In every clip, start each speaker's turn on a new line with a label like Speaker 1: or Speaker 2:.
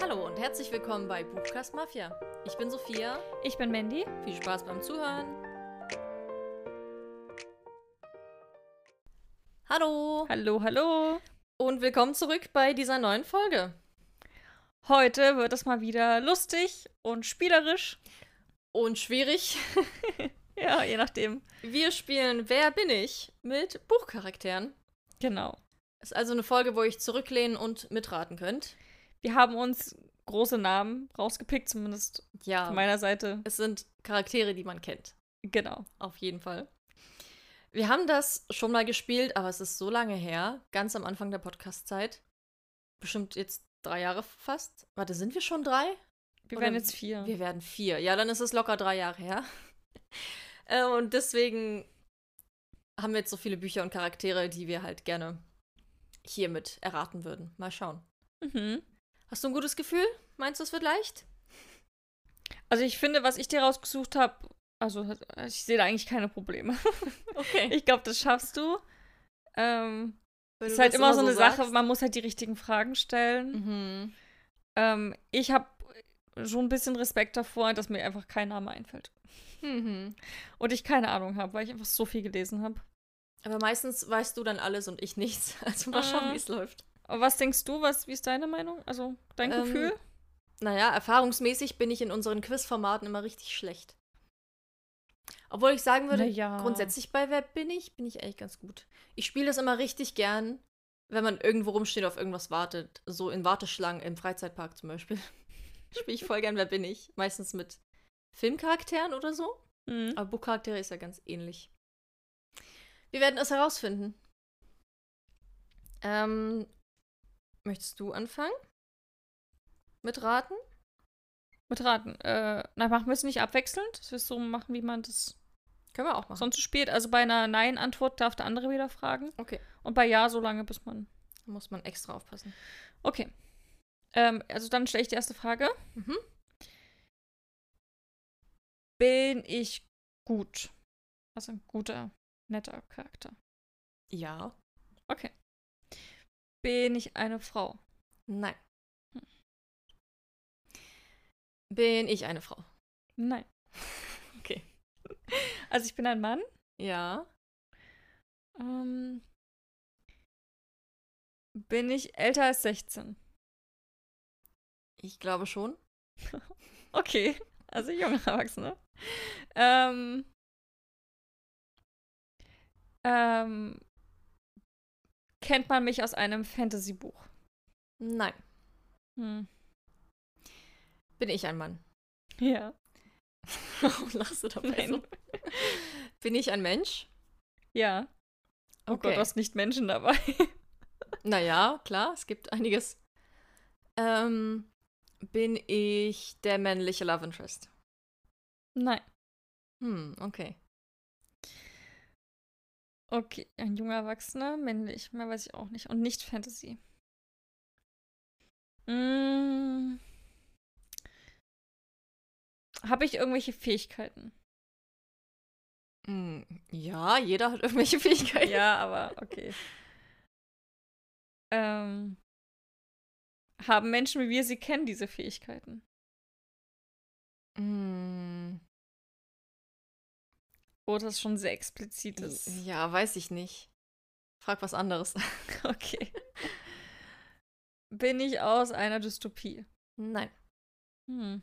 Speaker 1: Hallo und herzlich willkommen bei Buchkast Mafia. Ich bin Sophia.
Speaker 2: Ich bin Mandy.
Speaker 1: Viel Spaß beim Zuhören. Hallo
Speaker 2: Hallo, hallo.
Speaker 1: und willkommen zurück bei dieser neuen Folge.
Speaker 2: Heute wird es mal wieder lustig und spielerisch.
Speaker 1: Und schwierig,
Speaker 2: Ja, je nachdem.
Speaker 1: wir spielen Wer bin ich mit Buchcharakteren.
Speaker 2: Genau.
Speaker 1: Ist also eine Folge, wo ihr euch zurücklehnen und mitraten könnt.
Speaker 2: Wir haben uns große Namen rausgepickt, zumindest
Speaker 1: Ja,
Speaker 2: von meiner Seite.
Speaker 1: es sind Charaktere, die man kennt.
Speaker 2: Genau.
Speaker 1: Auf jeden Fall. Wir haben das schon mal gespielt, aber es ist so lange her, ganz am Anfang der Podcast-Zeit. Bestimmt jetzt drei Jahre fast. Warte, sind wir schon drei?
Speaker 2: Wir
Speaker 1: Oder
Speaker 2: werden jetzt vier.
Speaker 1: Wir werden vier. Ja, dann ist es locker drei Jahre her. Äh, und deswegen haben wir jetzt so viele Bücher und Charaktere, die wir halt gerne hiermit erraten würden. Mal schauen.
Speaker 2: Mhm.
Speaker 1: Hast du ein gutes Gefühl? Meinst du, es wird leicht?
Speaker 2: Also ich finde, was ich dir rausgesucht habe, also ich sehe da eigentlich keine Probleme.
Speaker 1: Okay.
Speaker 2: Ich glaube, das schaffst du. Ähm,
Speaker 1: Weil
Speaker 2: ist
Speaker 1: du
Speaker 2: halt
Speaker 1: das
Speaker 2: immer so eine Sache,
Speaker 1: sagst.
Speaker 2: man muss halt die richtigen Fragen stellen.
Speaker 1: Mhm.
Speaker 2: Ähm, ich habe schon ein bisschen Respekt davor, dass mir einfach kein Name einfällt.
Speaker 1: Mhm.
Speaker 2: Und ich keine Ahnung habe, weil ich einfach so viel gelesen habe.
Speaker 1: Aber meistens weißt du dann alles und ich nichts. Also mal schauen,
Speaker 2: Mhm.
Speaker 1: wie es läuft.
Speaker 2: Aber was denkst du, was, wie ist deine Meinung? Also dein
Speaker 1: Ähm,
Speaker 2: Gefühl?
Speaker 1: Naja, erfahrungsmäßig bin ich in unseren Quizformaten immer richtig schlecht. Obwohl ich sagen würde,
Speaker 2: Naja.
Speaker 1: grundsätzlich bei Wer bin ich, bin ich eigentlich ganz gut. Ich spiele das immer richtig gern, wenn man irgendwo rumsteht, auf irgendwas wartet. So in Warteschlangen im Freizeitpark zum Beispiel. spiele ich voll gern Wer bin ich. Meistens mit Filmcharakteren oder so.
Speaker 2: Mhm.
Speaker 1: Aber Buchcharaktere ist ja ganz ähnlich. Wir werden es herausfinden. Ähm, möchtest du anfangen? Mit Raten?
Speaker 2: Mit Raten. Äh, na, machen wir es nicht abwechselnd? Dass wir es so machen, wie man das
Speaker 1: Können wir auch machen.
Speaker 2: sonst so spielt? Also bei einer Nein-Antwort darf der andere wieder fragen.
Speaker 1: Okay.
Speaker 2: Und bei Ja so lange, bis man.
Speaker 1: Da muss man extra aufpassen.
Speaker 2: Okay. Ähm, also dann stelle ich die erste Frage.
Speaker 1: Mhm.
Speaker 2: Bin ich gut? Also ein guter, netter Charakter.
Speaker 1: Ja.
Speaker 2: Okay. Bin ich eine Frau?
Speaker 1: Nein. Bin ich eine Frau?
Speaker 2: Nein.
Speaker 1: Okay.
Speaker 2: Also ich bin ein Mann.
Speaker 1: Ja.
Speaker 2: Ähm, bin ich älter als 16?
Speaker 1: Ich glaube schon.
Speaker 2: Okay, also junger Erwachsener. Ähm, ähm, kennt man mich aus einem Fantasy-Buch?
Speaker 1: Nein.
Speaker 2: Hm.
Speaker 1: Bin ich ein Mann?
Speaker 2: Ja.
Speaker 1: Warum lachst du dabei so?
Speaker 2: Nein.
Speaker 1: Bin ich ein Mensch?
Speaker 2: Ja. Oh
Speaker 1: Okay.
Speaker 2: Gott, du hast nicht Menschen dabei.
Speaker 1: Naja, klar, es gibt einiges. Ähm, bin ich der männliche Love Interest?
Speaker 2: Nein.
Speaker 1: Hm, okay.
Speaker 2: Okay, ein junger Erwachsener, männlich, mehr weiß ich auch nicht. Und nicht Fantasy. Mm. Habe ich irgendwelche Fähigkeiten?
Speaker 1: Hm, ja, jeder hat irgendwelche Fähigkeiten.
Speaker 2: Ja, aber okay. ähm, haben Menschen wie wir sie kennen, diese Fähigkeiten?
Speaker 1: Hm,
Speaker 2: Oder das ist schon sehr explizites.
Speaker 1: ja, weiß ich nicht. Frag was anderes.
Speaker 2: Okay. Bin ich aus einer Dystopie?
Speaker 1: Nein.
Speaker 2: Hm.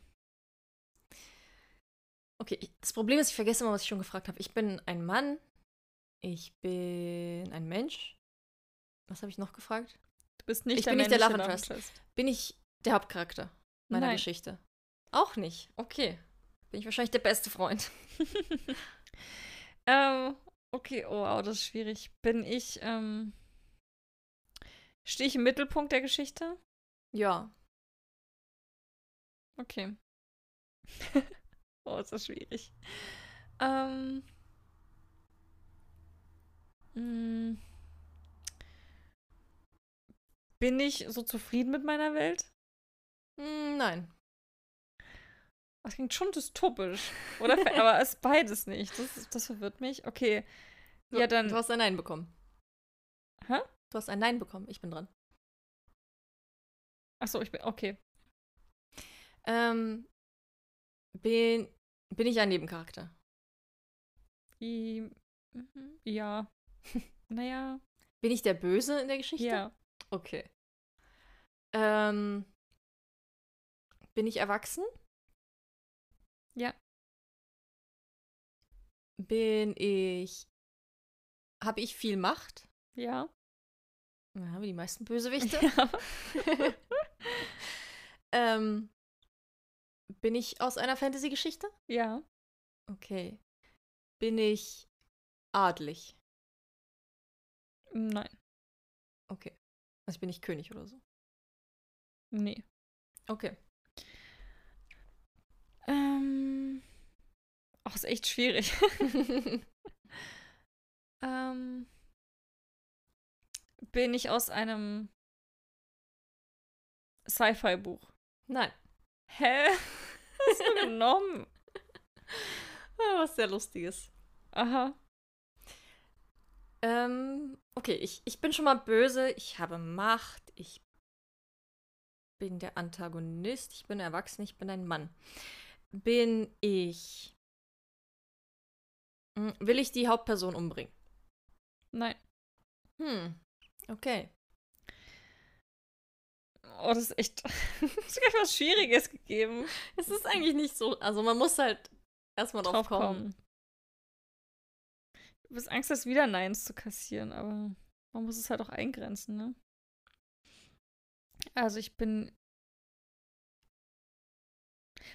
Speaker 1: Okay, ich- das Problem ist, ich vergesse immer, was ich schon gefragt habe. Ich bin ein Mann. Ich bin ein Mensch. Was habe ich noch gefragt?
Speaker 2: Du bist nicht
Speaker 1: Ich
Speaker 2: der
Speaker 1: bin nicht der
Speaker 2: männliche
Speaker 1: Love Interest. Bin ich der Hauptcharakter meiner
Speaker 2: Nein.
Speaker 1: Geschichte? Auch nicht. Okay. Bin ich wahrscheinlich der beste Freund.
Speaker 2: Ähm, okay, oh wow, das ist schwierig. Bin ich, ähm, stehe ich im Mittelpunkt der Geschichte?
Speaker 1: Ja.
Speaker 2: Okay. oh, ist das schwierig. Ähm, mm, bin ich so zufrieden mit meiner Welt?
Speaker 1: Hm, nein.
Speaker 2: Das klingt schon dystopisch, oder? Aber es ist beides nicht. Das, ist- das verwirrt mich. Okay.
Speaker 1: Du,
Speaker 2: Ja, dann-
Speaker 1: Du hast ein Nein bekommen.
Speaker 2: Hä?
Speaker 1: Du hast ein Nein bekommen. Ich bin dran.
Speaker 2: Achso, ich bin. Okay.
Speaker 1: Ähm, bin, bin ich ein Nebencharakter?
Speaker 2: I- mhm, Ja. naja,
Speaker 1: Bin ich der Böse in der Geschichte?
Speaker 2: ja.
Speaker 1: Okay. Ähm, bin ich erwachsen?
Speaker 2: Ja.
Speaker 1: Bin ich. Habe ich viel Macht?
Speaker 2: Ja.
Speaker 1: Ja, wie die meisten Bösewichte.
Speaker 2: ja.
Speaker 1: ähm, bin ich aus einer Fantasy-Geschichte?
Speaker 2: Ja.
Speaker 1: Okay. Bin ich adlig?
Speaker 2: Nein.
Speaker 1: Okay. Also ich bin nicht König oder so.
Speaker 2: Nee.
Speaker 1: Okay.
Speaker 2: Ähm. Ach, ist echt schwierig. ähm. Bin ich aus einem Sci-Fi-Buch?
Speaker 1: Nein.
Speaker 2: Hä? Hast du genommen?
Speaker 1: Ah, Was sehr Lustiges.
Speaker 2: Aha.
Speaker 1: Ähm, okay, ich, ich bin schon mal böse, ich habe Macht, ich bin der Antagonist, ich bin erwachsen, ich bin ein Mann. Bin ich. Hm, Will ich die Hauptperson umbringen?
Speaker 2: Nein.
Speaker 1: Hm, okay.
Speaker 2: Oh, das ist echt. Hast du gleich was Schwieriges gegeben?
Speaker 1: Es ist eigentlich nicht so. Also, man muss halt erstmal drauf kommen.
Speaker 2: Du bist Angst, das wieder Neins zu kassieren, aber man muss es halt auch eingrenzen, ne? Also ich bin.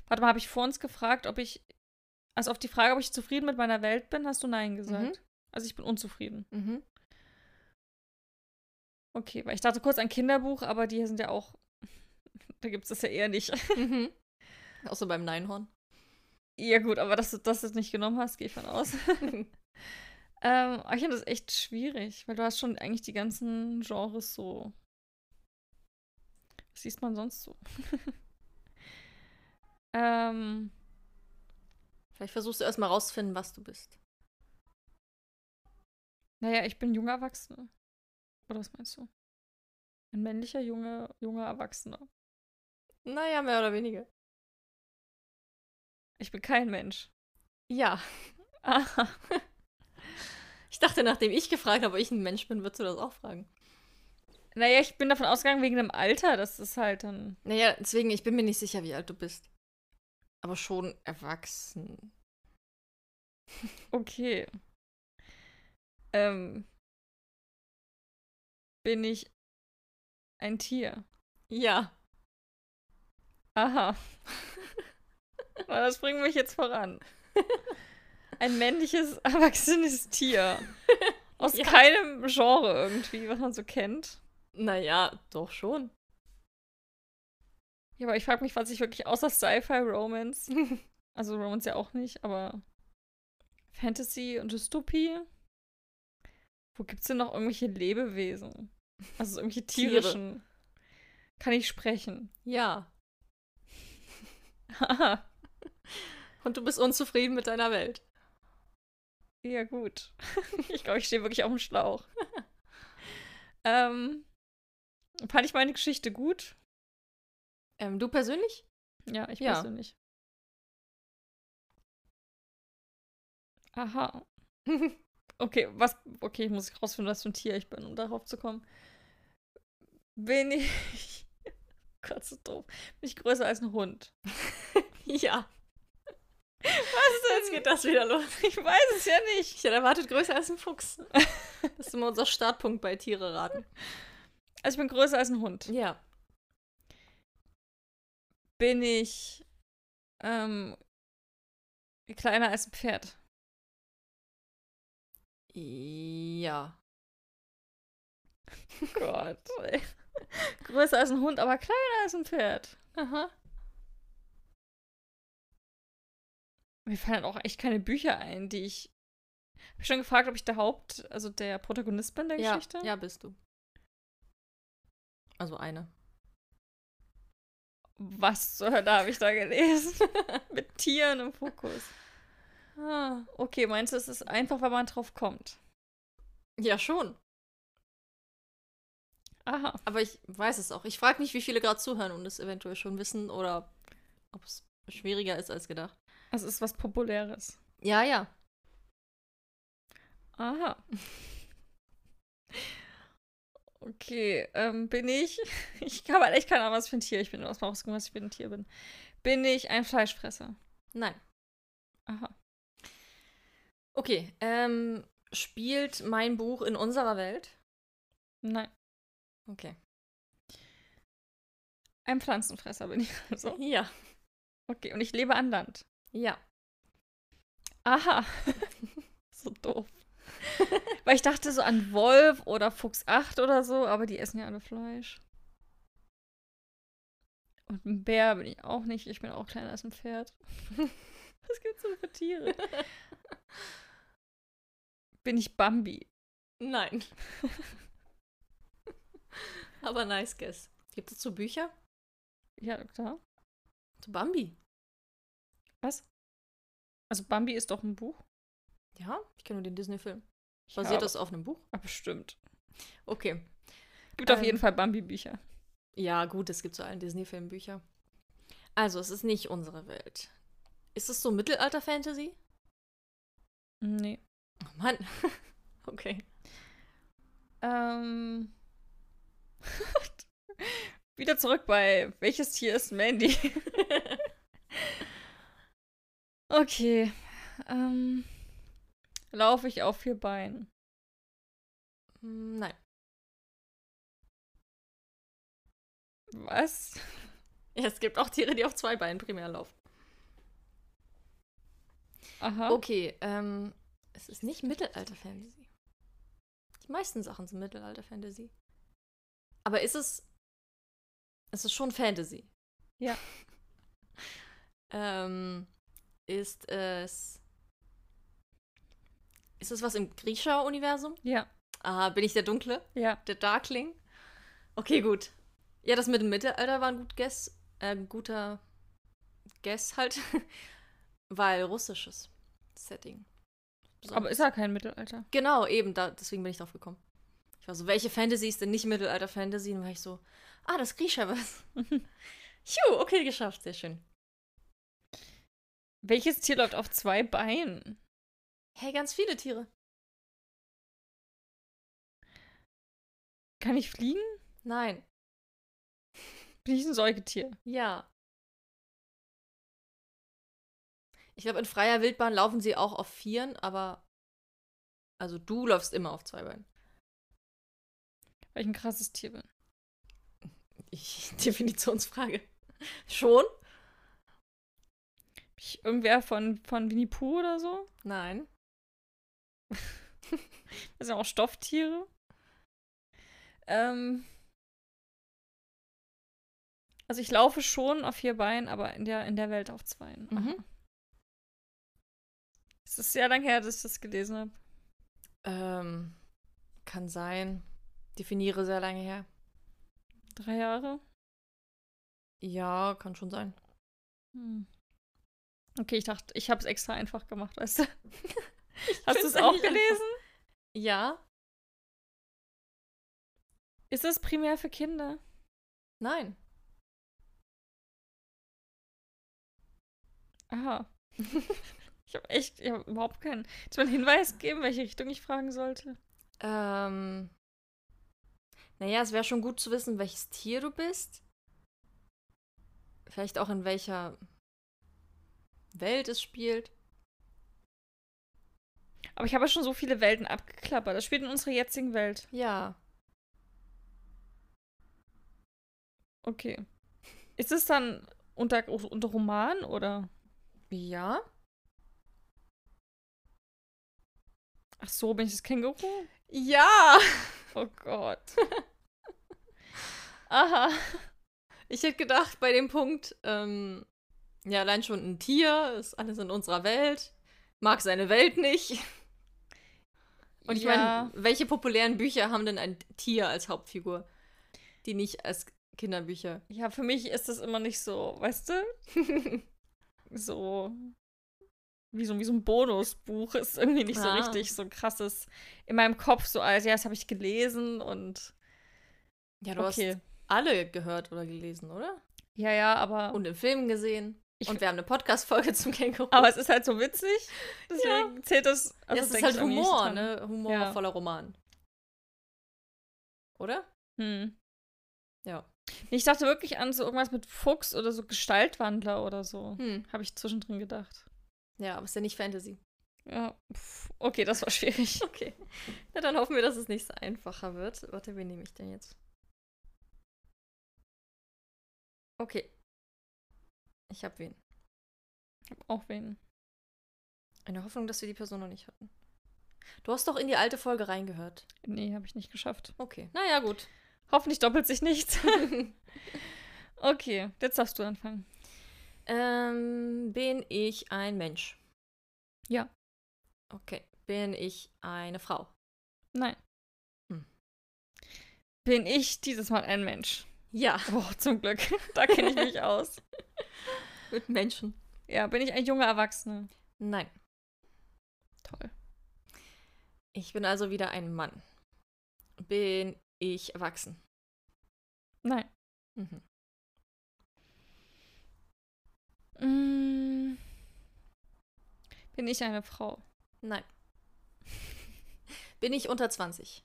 Speaker 2: Warte mal, habe ich vor uns gefragt, ob ich. Also auf die Frage, ob ich zufrieden mit meiner Welt bin, hast du Nein gesagt. Also ich bin unzufrieden.
Speaker 1: Mhm.
Speaker 2: Okay, weil ich dachte kurz an Kinderbuch, aber die sind ja auch. Da gibt es das ja eher nicht.
Speaker 1: mhm. Außer beim Neinhorn.
Speaker 2: Ja, gut, aber dass du das jetzt nicht genommen hast, gehe ich von aus. ähm, aber ich finde das echt schwierig, weil du hast schon eigentlich die ganzen Genres so. Was liest man sonst so? ähm,
Speaker 1: Vielleicht versuchst du erstmal rauszufinden, was du bist.
Speaker 2: naja, ich bin junger Erwachsener. Oder was meinst du? Ein männlicher, junger, junger Erwachsener.
Speaker 1: Naja, mehr oder weniger.
Speaker 2: Ich bin kein Mensch.
Speaker 1: Ja.
Speaker 2: Aha.
Speaker 1: Ich dachte, nachdem ich gefragt habe, ob ich ein Mensch bin, würdest du das auch fragen.
Speaker 2: Naja, ich bin davon ausgegangen, wegen dem Alter, dass das halt dann.
Speaker 1: Naja, deswegen, ich bin mir nicht sicher, wie alt du bist. Aber schon erwachsen.
Speaker 2: Okay. Ähm, bin ich ein Tier?
Speaker 1: Ja.
Speaker 2: Aha. Na, das bringt mich jetzt voran. Ein männliches, erwachsenes Tier. Aus
Speaker 1: Ja.
Speaker 2: keinem Genre irgendwie, was man so kennt.
Speaker 1: Naja, doch schon.
Speaker 2: Ja, aber ich frage mich, was ich wirklich außer Sci-Fi, Romance, also Romance ja auch nicht, aber Fantasy und Dystopie. Wo gibt's denn noch irgendwelche Lebewesen? Also irgendwelche
Speaker 1: Tiere.
Speaker 2: tierischen. Kann ich sprechen?
Speaker 1: ja.
Speaker 2: Haha.
Speaker 1: Und du bist unzufrieden mit deiner Welt.
Speaker 2: Ja, gut. Ich glaube, ich stehe wirklich auf dem Schlauch. ähm, fand ich meine Geschichte gut?
Speaker 1: Ähm, du persönlich?
Speaker 2: Ja, ich
Speaker 1: Ja.
Speaker 2: persönlich. Aha. Okay, was. Okay, ich muss rausfinden, was für ein Tier ich bin, um darauf zu kommen. Bin ich. Gott, so doof. Bin ich größer als ein Hund?
Speaker 1: ja.
Speaker 2: Was denn?
Speaker 1: Jetzt geht das wieder los.
Speaker 2: Ich weiß es ja nicht.
Speaker 1: Ich hätte erwartet, größer als ein Fuchs. Das ist immer unser Startpunkt bei Tiere raten.
Speaker 2: Also, ich bin größer als ein Hund.
Speaker 1: Ja.
Speaker 2: bin ich ähm, kleiner als ein Pferd.
Speaker 1: Ja.
Speaker 2: Gott. Ey. Größer als ein Hund, aber kleiner als ein Pferd.
Speaker 1: Aha.
Speaker 2: Mir fallen halt auch echt keine Bücher ein, die ich. Hab ich schon gefragt, ob ich der Haupt, also der Protagonist bin der
Speaker 1: Ja,
Speaker 2: Geschichte?
Speaker 1: ja, bist du. Also eine.
Speaker 2: Was zur Hölle habe ich da gelesen? Mit Tieren im Fokus.
Speaker 1: Ah.
Speaker 2: Okay, meinst du, es ist einfach, wenn man drauf kommt?
Speaker 1: Ja, schon.
Speaker 2: Aha.
Speaker 1: Aber ich weiß es auch. Ich frage mich, wie viele gerade zuhören und es eventuell schon wissen oder ob es schwieriger ist als gedacht.
Speaker 2: Also es ist was Populäres.
Speaker 1: Ja, ja.
Speaker 2: Aha. Okay, ähm, bin ich. Ich habe halt echt keine Ahnung, was ich für ein Tier ich bin oder was man rausgekommen, was ich für ein Tier bin. Bin ich ein Fleischfresser?
Speaker 1: Nein.
Speaker 2: Aha.
Speaker 1: Okay, ähm, spielt mein Buch in unserer Welt?
Speaker 2: Nein.
Speaker 1: Okay.
Speaker 2: Ein Pflanzenfresser bin ich also.
Speaker 1: Ja.
Speaker 2: Okay, und ich lebe an Land.
Speaker 1: Ja.
Speaker 2: Aha. so doof. Weil ich dachte so an Wolf oder Fuchs 8 oder so, aber die essen ja alle Fleisch. Und ein Bär bin ich auch nicht. Ich bin auch kleiner als ein Pferd. Was gibt's denn für Tiere? bin ich Bambi?
Speaker 1: Nein. Aber nice guess. Gibt es dazu Bücher?
Speaker 2: Ja, klar.
Speaker 1: Zu Bambi?
Speaker 2: Was? Also Bambi ist doch ein Buch.
Speaker 1: Ja, ich kenne nur den Disney-Film.
Speaker 2: Ich
Speaker 1: Basiert
Speaker 2: habe-
Speaker 1: das auf einem Buch?
Speaker 2: Ah, bestimmt.
Speaker 1: Okay.
Speaker 2: Gibt auf
Speaker 1: Ähm.
Speaker 2: jeden Fall Bambi-Bücher.
Speaker 1: Ja, gut, es gibt zu allen Disney-Filmen Bücher. Also, es ist nicht unsere Welt. Ist es so Mittelalter-Fantasy?
Speaker 2: Nee.
Speaker 1: Oh Mann. okay.
Speaker 2: Ähm. Wieder zurück bei welches Tier ist Mandy? okay. Ähm. Laufe ich auf vier Beinen?
Speaker 1: Hm, Nein.
Speaker 2: Was?
Speaker 1: Ja, es gibt auch Tiere, die auf zwei Beinen primär laufen.
Speaker 2: Aha.
Speaker 1: Okay, ähm, es ist nicht Mittelalter-Fantasy. Die meisten Sachen sind Mittelalter-Fantasy. Aber ist es. Es ist schon Fantasy.
Speaker 2: Ja.
Speaker 1: ähm, ist es. Ist es was im Grisha-Universum?
Speaker 2: Ja,
Speaker 1: Ah, bin ich der Dunkle?
Speaker 2: ja.
Speaker 1: Der Darkling? Okay, gut. Ja, das mit dem Mittelalter war ein gut Guess. Äh, ein guter Guess halt. Weil russisches Setting.
Speaker 2: Aber ist halt- ja kein Mittelalter.
Speaker 1: Genau, eben, da, deswegen bin ich drauf gekommen. Ich war so, welche Fantasy ist denn nicht Mittelalter-Fantasy? Und dann war ich so, ah, das Grisha was. Juhu, okay, geschafft, sehr schön.
Speaker 2: Welches Tier läuft auf zwei Beinen?
Speaker 1: Hey, ganz viele Tiere.
Speaker 2: Kann ich fliegen?
Speaker 1: Nein,
Speaker 2: Bin ich ein Säugetier?
Speaker 1: ja. Ich glaube, in freier Wildbahn laufen sie auch auf Vieren, aber. Also, du läufst immer auf zwei Beinen.
Speaker 2: Weil ich ein krasses Tier bin.
Speaker 1: Ich, Definitionsfrage. Schon?
Speaker 2: Bin ich irgendwer von, von Winnie Pooh oder so?
Speaker 1: Nein.
Speaker 2: Das sind auch Stofftiere. Ähm. Also ich laufe schon auf vier Beinen, aber in der, in der Welt auf zwei.
Speaker 1: Mhm.
Speaker 2: Es ist sehr lange her, dass ich das gelesen habe.
Speaker 1: Ähm, kann sein. Definiere sehr lange her.
Speaker 2: Drei Jahre.
Speaker 1: Ja, kann schon sein.
Speaker 2: Hm. Okay, ich dachte, ich habe es extra einfach gemacht, weißt du? Hast du
Speaker 1: find's
Speaker 2: es auch
Speaker 1: eigentlich einfach.
Speaker 2: gelesen?
Speaker 1: Ja,
Speaker 2: Ist das primär für Kinder?
Speaker 1: Nein.
Speaker 2: Aha. ich habe echt, ich hab überhaupt keinen. Kannst du mir einen Hinweis geben, welche Richtung ich fragen sollte?
Speaker 1: Ähm. Naja, es wäre schon gut zu wissen, welches Tier du bist. Vielleicht auch in welcher Welt es spielt.
Speaker 2: Aber ich habe ja schon so viele Welten abgeklappert. Das spielt in unserer jetzigen Welt.
Speaker 1: Ja.
Speaker 2: Okay. Ist es dann unter, unter Roman oder?
Speaker 1: Ja?
Speaker 2: Ach so, bin ich das Känguru?
Speaker 1: Ja!
Speaker 2: Oh Gott. Aha.
Speaker 1: Ich hätte gedacht, bei dem Punkt, ähm, ja, allein schon ein Tier, ist alles in unserer Welt, mag seine Welt nicht. Und ich
Speaker 2: ja,
Speaker 1: meine, welche populären Bücher haben denn ein Tier als Hauptfigur, die nicht als Kinderbücher?
Speaker 2: ja, für mich ist das immer nicht so, weißt du? so wie so, wie so ein Bonusbuch ist irgendwie nicht so
Speaker 1: Ah.
Speaker 2: richtig so ein krasses in meinem Kopf so als ja, das habe ich gelesen und
Speaker 1: Ja, du
Speaker 2: okay.
Speaker 1: hast alle gehört oder gelesen, oder?
Speaker 2: Ja, ja, aber.
Speaker 1: und in Filmen gesehen.
Speaker 2: Ich-
Speaker 1: und wir haben eine Podcast-Folge zum Känguru.
Speaker 2: aber es ist halt so witzig. Deswegen zählt das.
Speaker 1: also
Speaker 2: Also
Speaker 1: das ist
Speaker 2: denk
Speaker 1: halt
Speaker 2: ich irgendwie nicht
Speaker 1: Humor,
Speaker 2: dran.
Speaker 1: ne? Humorvoller Roman. Oder?
Speaker 2: Hm.
Speaker 1: Ja.
Speaker 2: Ich dachte wirklich an so irgendwas mit Fuchs oder so Gestaltwandler oder so.
Speaker 1: Hm.
Speaker 2: Habe ich zwischendrin gedacht.
Speaker 1: Ja, aber ist ja nicht Fantasy.
Speaker 2: Ja, pf, okay, das war schwierig.
Speaker 1: Okay. Na, dann hoffen wir, dass es nicht so einfacher wird. Warte, wen nehme ich denn jetzt? Okay. Ich habe wen.
Speaker 2: Auch wen.
Speaker 1: In der Hoffnung, dass wir die Person noch nicht hatten. Du hast doch in die alte Folge reingehört.
Speaker 2: Nee, habe ich nicht geschafft.
Speaker 1: Okay. Naja, gut.
Speaker 2: Hoffentlich doppelt sich nichts. okay, jetzt darfst du anfangen.
Speaker 1: ähm, bin ich ein Mensch?
Speaker 2: Ja.
Speaker 1: Okay. Bin ich eine Frau?
Speaker 2: Nein.
Speaker 1: Hm.
Speaker 2: Bin ich dieses Mal ein Mensch?
Speaker 1: Ja,
Speaker 2: Boah, zum Glück. Da kenne ich mich aus.
Speaker 1: mit Menschen.
Speaker 2: Ja, bin ich ein junger Erwachsener?
Speaker 1: Nein.
Speaker 2: Toll.
Speaker 1: Ich bin also wieder ein Mann. Bin ich erwachsen?
Speaker 2: Nein.
Speaker 1: Mhm.
Speaker 2: Mm. Bin ich eine Frau?
Speaker 1: Nein. Bin ich unter 20?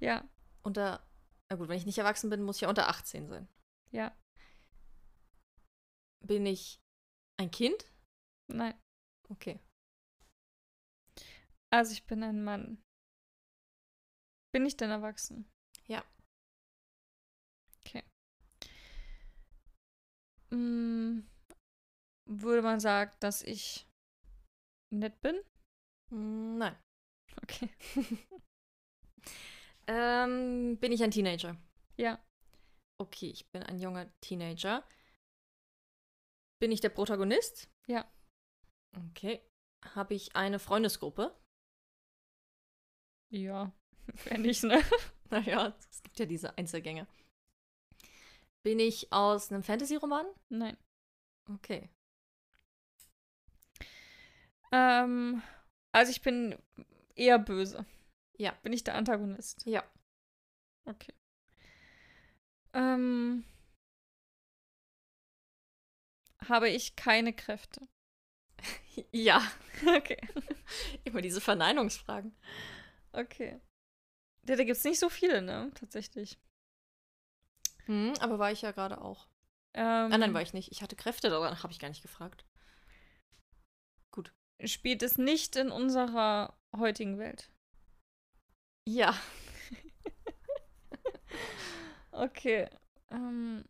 Speaker 2: Ja,
Speaker 1: Unter. Na gut, wenn ich nicht erwachsen bin, muss ich ja unter 18 sein.
Speaker 2: ja,
Speaker 1: Bin ich ein Kind?
Speaker 2: nein.
Speaker 1: Okay.
Speaker 2: Also ich bin ein Mann. Bin ich denn erwachsen?
Speaker 1: Ja.
Speaker 2: Okay. Mm, würde man sagen, dass ich nett bin?
Speaker 1: Mm, Nein.
Speaker 2: Okay.
Speaker 1: Ähm, bin ich ein Teenager?
Speaker 2: Ja.
Speaker 1: Okay, ich bin ein junger Teenager. Bin ich der Protagonist?
Speaker 2: Ja.
Speaker 1: Okay. Habe ich eine Freundesgruppe?
Speaker 2: Ja. Wenn nicht, ne?
Speaker 1: Naja, es gibt ja diese Einzelgänge. Bin ich aus einem Fantasy-Roman?
Speaker 2: Nein.
Speaker 1: Okay.
Speaker 2: Ähm, also ich bin eher böse.
Speaker 1: Ja.
Speaker 2: Bin ich der Antagonist?
Speaker 1: Ja.
Speaker 2: Okay. Ähm, habe ich keine Kräfte?
Speaker 1: Ja,
Speaker 2: Okay.
Speaker 1: immer diese Verneinungsfragen.
Speaker 2: Okay. Ja, da gibt's nicht so viele, ne? Tatsächlich.
Speaker 1: Hm, aber war ich ja gerade auch.
Speaker 2: Ähm,
Speaker 1: Ah, nein, war ich nicht. Ich hatte Kräfte, daran habe ich gar nicht gefragt.
Speaker 2: Spielt es nicht in unserer heutigen Welt.
Speaker 1: Ja.
Speaker 2: Okay. Ähm,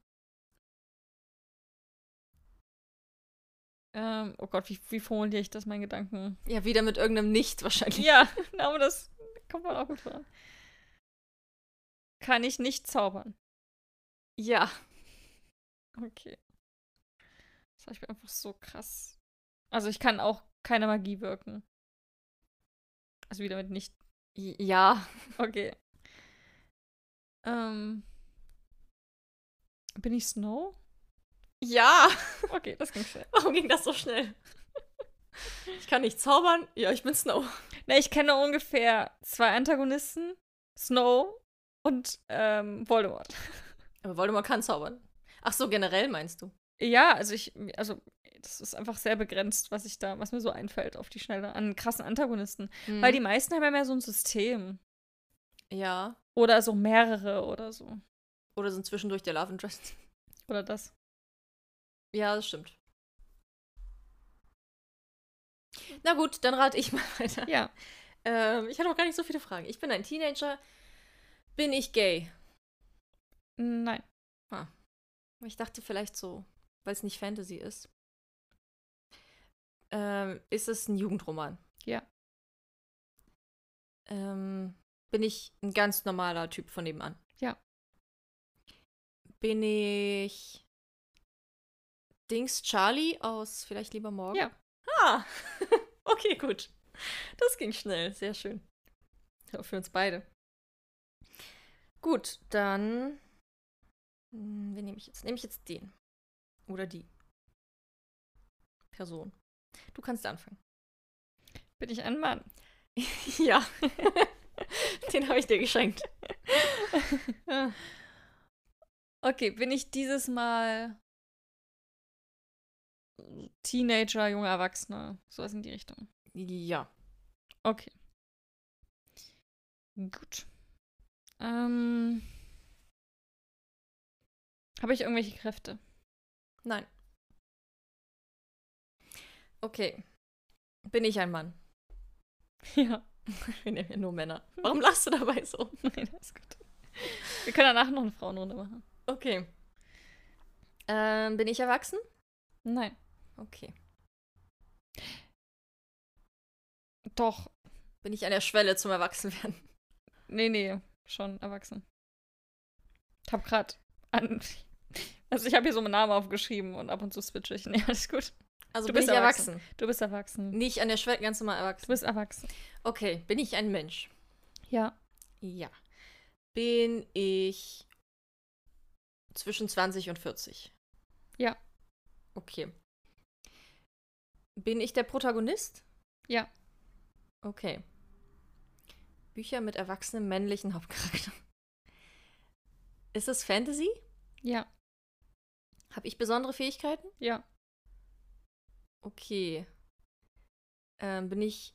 Speaker 2: ähm, oh Gott, wie, wie formuliere ich das, meinen Gedanken?
Speaker 1: Ja, wieder mit irgendeinem Nicht wahrscheinlich.
Speaker 2: Ja, aber das kommt man auch gut voran. Kann ich nicht zaubern.
Speaker 1: Ja.
Speaker 2: Okay. Das habe ich mir einfach so krass. Also ich kann auch keine Magie wirken. Also wieder mit nicht.
Speaker 1: Ja.
Speaker 2: Okay. Ähm. Bin ich Snow?
Speaker 1: Ja.
Speaker 2: Okay, das ging schnell.
Speaker 1: Warum ging das so schnell? Ich kann nicht zaubern. Ja, ich bin Snow.
Speaker 2: Na, ich kenne ungefähr zwei Antagonisten. Snow und ähm, Voldemort.
Speaker 1: Aber Voldemort kann zaubern. Ach so, generell meinst du?
Speaker 2: Ja, also ich, also das ist einfach sehr begrenzt, was ich da, was mir so einfällt auf die Schnelle an krassen Antagonisten.
Speaker 1: Hm. Mhm.
Speaker 2: Weil die meisten haben ja mehr so ein System.
Speaker 1: Ja.
Speaker 2: Oder so mehrere oder so.
Speaker 1: Oder sind zwischendurch der Love Interest.
Speaker 2: Oder das.
Speaker 1: Ja, das stimmt. Na gut, dann rate ich mal weiter.
Speaker 2: Ja.
Speaker 1: Ähm, ich hatte auch gar nicht so viele Fragen. Ich bin ein Teenager. Bin ich gay?
Speaker 2: Nein.
Speaker 1: Ich dachte vielleicht so, weil es nicht Fantasy ist. Ähm, ist es ein Jugendroman?
Speaker 2: Ja.
Speaker 1: Ähm, bin ich ein ganz normaler Typ von nebenan?
Speaker 2: Ja.
Speaker 1: Bin ich Dings Charlie aus Vielleicht lieber morgen?
Speaker 2: Ja.
Speaker 1: Ah, okay, gut. Das ging schnell, sehr schön. Ja, für uns beide. Gut, dann. Hm, Wen nehme ich jetzt? Nehme ich jetzt den. Oder die. Person. Du kannst anfangen.
Speaker 2: Bin ich ein Mann?
Speaker 1: Ja. den habe ich dir geschenkt.
Speaker 2: okay, bin ich dieses Mal Teenager, junge Erwachsene. Sowas in die Richtung.
Speaker 1: Ja.
Speaker 2: Okay. Gut. Ähm. Habe ich irgendwelche Kräfte?
Speaker 1: Nein. Okay. Bin ich ein Mann?
Speaker 2: Ja.
Speaker 1: Wir nehmen ja nur Männer. Warum lachst du dabei so?
Speaker 2: Nein, das ist gut. Wir können danach noch eine Frauenrunde machen.
Speaker 1: Okay. Ähm, bin ich erwachsen?
Speaker 2: Nein.
Speaker 1: Okay.
Speaker 2: Doch.
Speaker 1: Bin ich an der Schwelle zum Erwachsenwerden?
Speaker 2: Nee, nee. Schon erwachsen. Ich hab grad an. Also ich habe hier so meinen Namen aufgeschrieben und ab und zu switche ich. Nee, alles gut.
Speaker 1: Also
Speaker 2: Du
Speaker 1: bin
Speaker 2: bist
Speaker 1: ich
Speaker 2: erwachsen.
Speaker 1: erwachsen.
Speaker 2: Du bist erwachsen.
Speaker 1: Nicht an der Schwelle, ganz normal
Speaker 2: Du
Speaker 1: erwachsen.
Speaker 2: bist erwachsen.
Speaker 1: Okay, bin ich ein Mensch?
Speaker 2: Ja.
Speaker 1: Ja. Bin ich zwischen 20 und 40?
Speaker 2: Ja.
Speaker 1: Okay. Bin ich der Protagonist?
Speaker 2: Ja.
Speaker 1: Okay. Bücher mit erwachsenem männlichen Hauptcharakter. Ist es Fantasy?
Speaker 2: Ja.
Speaker 1: Habe ich besondere Fähigkeiten?
Speaker 2: Ja.
Speaker 1: Okay. Ähm, bin ich.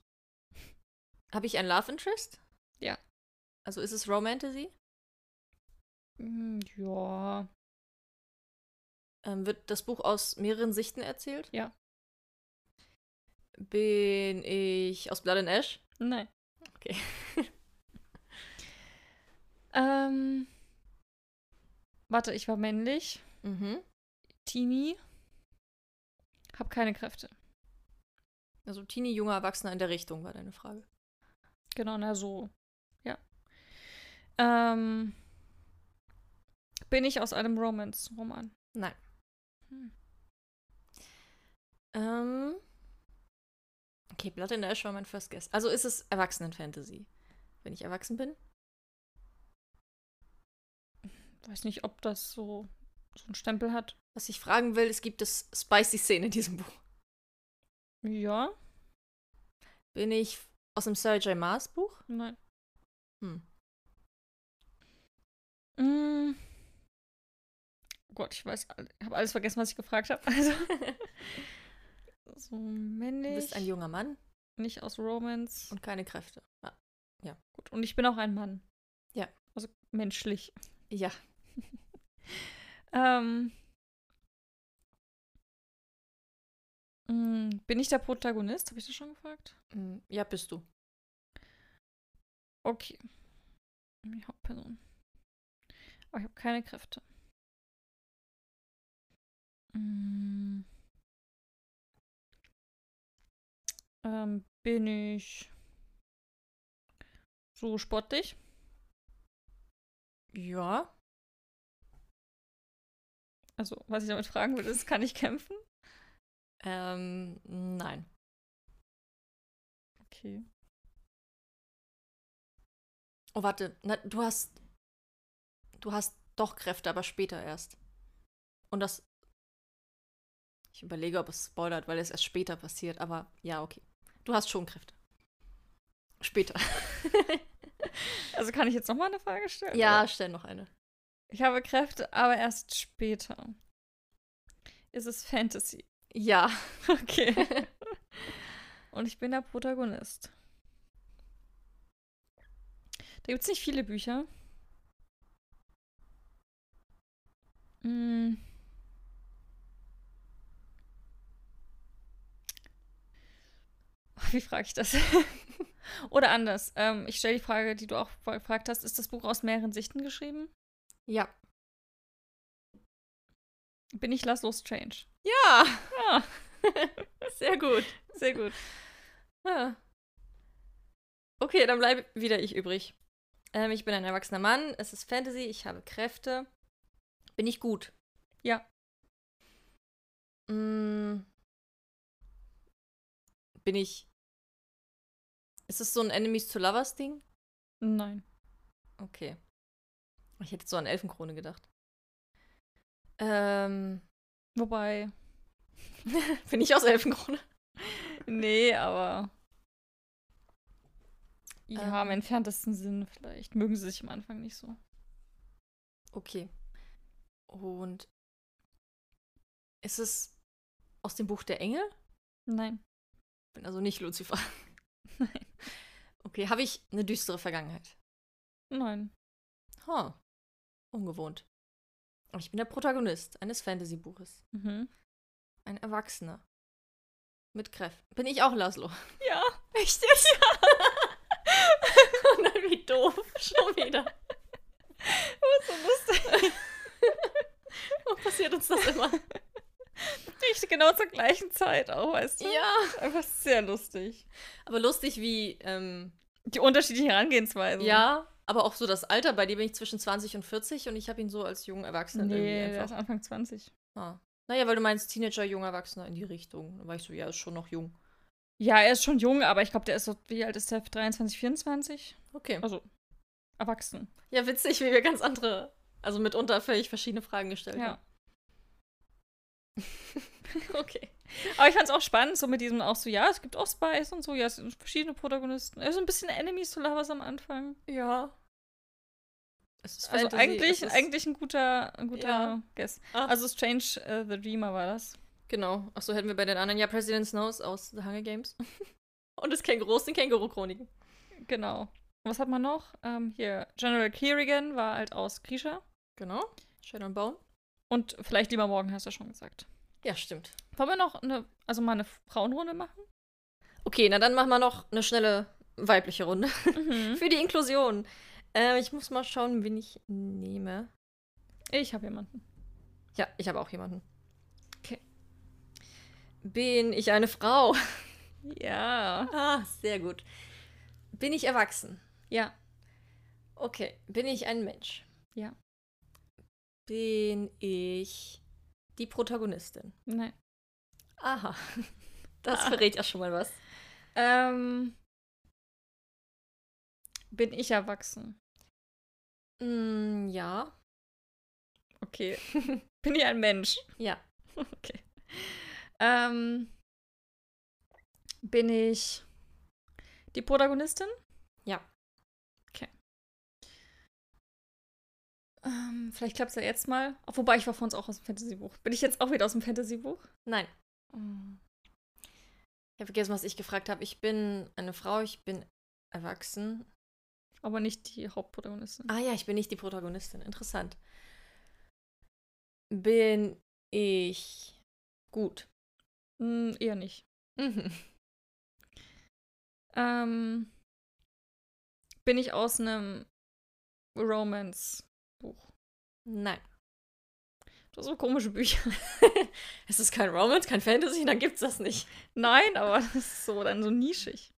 Speaker 1: Habe ich ein Love Interest?
Speaker 2: Ja.
Speaker 1: Also ist es Romantasy?
Speaker 2: Mm, Ja.
Speaker 1: Ähm, wird das Buch aus mehreren Sichten erzählt?
Speaker 2: Ja.
Speaker 1: Bin ich aus Blood and Ash?
Speaker 2: Nein.
Speaker 1: Okay.
Speaker 2: ähm. Warte, ich war männlich.
Speaker 1: Mhm.
Speaker 2: Teenie. Hab keine Kräfte.
Speaker 1: Also Teenie, junger Erwachsener in der Richtung war deine Frage.
Speaker 2: Genau, na so. Ja. Ähm. Bin ich aus einem Romance-Roman?
Speaker 1: Nein.
Speaker 2: Hm.
Speaker 1: Ähm. Okay, Blood and Ash war mein First Guess. Also ist es Erwachsenen-Fantasy, wenn ich erwachsen bin?
Speaker 2: Weiß nicht, ob das so, so einen Stempel hat.
Speaker 1: Was ich fragen will, es gibt es spicy Szenen in diesem Buch.
Speaker 2: Ja?
Speaker 1: Bin ich aus dem Sergei Mars Buch?
Speaker 2: Nein.
Speaker 1: Hm.
Speaker 2: Mm. Oh Gott, ich weiß, ich habe alles vergessen, was ich gefragt habe. Also. so männlich.
Speaker 1: Du bist ein junger Mann
Speaker 2: nicht aus Romance.
Speaker 1: und keine Kräfte. Ah,
Speaker 2: Gut, und ich bin auch ein Mann.
Speaker 1: Ja.
Speaker 2: Also menschlich.
Speaker 1: Ja.
Speaker 2: Ähm, mm, bin ich der Protagonist? Habe ich das schon gefragt?
Speaker 1: Hm, Ja, bist du.
Speaker 2: Okay. Die Hauptperson. Aber ich habe keine Kräfte. Mm. Ähm, bin ich so sportlich?
Speaker 1: Ja.
Speaker 2: Also, was ich damit fragen würde, ist, kann ich kämpfen?
Speaker 1: Ähm, nein.
Speaker 2: Okay.
Speaker 1: Oh, warte. Na, du hast. Du hast doch Kräfte, aber später erst. Und das. Ich überlege, ob es spoilert, weil es erst später passiert, aber ja, okay. Du hast schon Kräfte. Später.
Speaker 2: Also kann ich jetzt nochmal eine Frage stellen?
Speaker 1: ja,
Speaker 2: Oder?
Speaker 1: stell noch eine.
Speaker 2: Ich habe Kräfte, aber erst später. Ist es Fantasy?
Speaker 1: Ja.
Speaker 2: Okay. Und ich bin der Protagonist. Da gibt es nicht viele Bücher. Mm. Wie frage ich das? Oder anders. Ähm, ich stelle die Frage, die du auch vorher gefragt hast. Ist das Buch aus mehreren Sichten geschrieben?
Speaker 1: Ja.
Speaker 2: Bin ich Laszlo's Strange?
Speaker 1: Ja.
Speaker 2: Ah,
Speaker 1: Sehr gut.
Speaker 2: sehr gut.
Speaker 1: Ja. Ah. Okay, dann bleibe wieder ich übrig. Ähm, ich bin ein erwachsener Mann, es ist Fantasy, ich habe Kräfte. Bin ich gut?
Speaker 2: Ja.
Speaker 1: Mm. Bin ich. Ist es so ein Enemies to Lovers Ding?
Speaker 2: Nein.
Speaker 1: Okay. Ich hätte so an Elfenkrone gedacht. Ähm,
Speaker 2: Wobei,
Speaker 1: bin ich aus Elfenkrone?
Speaker 2: Nee, aber. Ja, im
Speaker 1: Ähm.
Speaker 2: entferntesten Sinn vielleicht. Mögen sie sich am Anfang nicht so.
Speaker 1: Okay. Und ist es Aus dem Buch der Engel?
Speaker 2: Nein.
Speaker 1: Bin also nicht Lucifer.
Speaker 2: Nein.
Speaker 1: Okay, habe ich eine düstere Vergangenheit?
Speaker 2: Nein.
Speaker 1: Huh. Ungewohnt. Und ich bin der Protagonist eines Fantasy-Buches.
Speaker 2: Mhm.
Speaker 1: Ein Erwachsener. Mit Kräften. Bin ich auch Laszlo?
Speaker 2: Ja.
Speaker 1: Echt jetzt? Ja. Und dann wie doof. Schon wieder.
Speaker 2: Was so lustig.
Speaker 1: Warum passiert uns das immer?
Speaker 2: Richtig genau zur gleichen Zeit auch, weißt du?
Speaker 1: ja.
Speaker 2: Einfach sehr lustig.
Speaker 1: Aber lustig wie, ähm,
Speaker 2: Die unterschiedlichen Herangehensweisen.
Speaker 1: ja, aber auch so das Alter. Bei dir bin ich zwischen 20 und 40 und ich habe ihn so als jungen Erwachsenen
Speaker 2: Nee,
Speaker 1: irgendwie
Speaker 2: der ist
Speaker 1: einfach.
Speaker 2: Anfang 20.
Speaker 1: Ah. Naja, weil du meinst Teenager, junger Erwachsener in die Richtung. Da war ich so, ja, ist schon noch jung.
Speaker 2: Ja, er ist schon jung, aber ich glaube, der ist so, wie alt ist der? 23, 24?
Speaker 1: Okay.
Speaker 2: Also, erwachsen.
Speaker 1: Ja, witzig, wie wir ganz andere, also mitunter völlig verschiedene Fragen gestellt
Speaker 2: Ja.
Speaker 1: haben. Okay.
Speaker 2: Aber ich fand es auch spannend, so mit diesem auch so, ja, es gibt auch Spice und so, ja, es sind verschiedene Protagonisten. Also ein bisschen Enemies to Lovers am Anfang.
Speaker 1: Ja. Es ist
Speaker 2: Also
Speaker 1: Fantasy,
Speaker 2: eigentlich,
Speaker 1: es ist,
Speaker 2: eigentlich ein guter, ein guter
Speaker 1: Ja.
Speaker 2: Guess.
Speaker 1: Ah.
Speaker 2: Also Strange äh, the Dreamer war das.
Speaker 1: Genau. Achso, hätten wir bei den anderen ja President Snows aus The Hunger Games. Und das Känguru aus den Känguru-Chroniken.
Speaker 2: Genau. Und Was hat man noch? Ähm, hier, General Kerrigan war halt aus Grisha.
Speaker 1: Genau. Shadow and Bone.
Speaker 2: Und vielleicht lieber morgen, hast du ja schon gesagt.
Speaker 1: Ja, stimmt.
Speaker 2: Wollen wir noch eine, also mal eine Frauenrunde machen?
Speaker 1: Okay, na dann machen wir noch eine schnelle weibliche Runde.
Speaker 2: Mhm.
Speaker 1: Für die Inklusion. Äh, ich muss mal schauen, wen ich nehme.
Speaker 2: Ich habe jemanden.
Speaker 1: Ja, ich habe auch jemanden.
Speaker 2: Okay.
Speaker 1: Bin ich eine Frau?
Speaker 2: Ja.
Speaker 1: Ah, sehr gut. Bin ich erwachsen?
Speaker 2: Ja.
Speaker 1: Okay. Bin ich ein Mensch?
Speaker 2: Ja.
Speaker 1: Bin ich die Protagonistin?
Speaker 2: Nein.
Speaker 1: Aha. Das
Speaker 2: Ah.
Speaker 1: verrät ja schon mal was.
Speaker 2: Ähm, bin ich erwachsen?
Speaker 1: Mm, ja.
Speaker 2: Okay. bin ich ein Mensch?
Speaker 1: Ja.
Speaker 2: Okay. Ähm, bin ich die Protagonistin?
Speaker 1: Ja.
Speaker 2: Okay. Ähm, vielleicht klappt es ja jetzt mal. Auch, wobei ich war vor uns auch aus dem Fantasy-Buch. Bin ich jetzt auch wieder aus dem Fantasy-Buch?
Speaker 1: Nein. Oh. Ich habe vergessen, was ich gefragt habe. Ich bin eine Frau, ich bin erwachsen.
Speaker 2: Aber nicht die Hauptprotagonistin.
Speaker 1: Ah ja, ich bin nicht die Protagonistin. Interessant. Bin ich gut?
Speaker 2: Hm, eher nicht.
Speaker 1: Mhm.
Speaker 2: Ähm, bin ich aus einem Romance-Buch.
Speaker 1: Nein.
Speaker 2: Das sind so komische Bücher.
Speaker 1: Es ist kein Romance, kein Fantasy, dann gibt's das nicht.
Speaker 2: Nein, aber das ist so dann so nischig.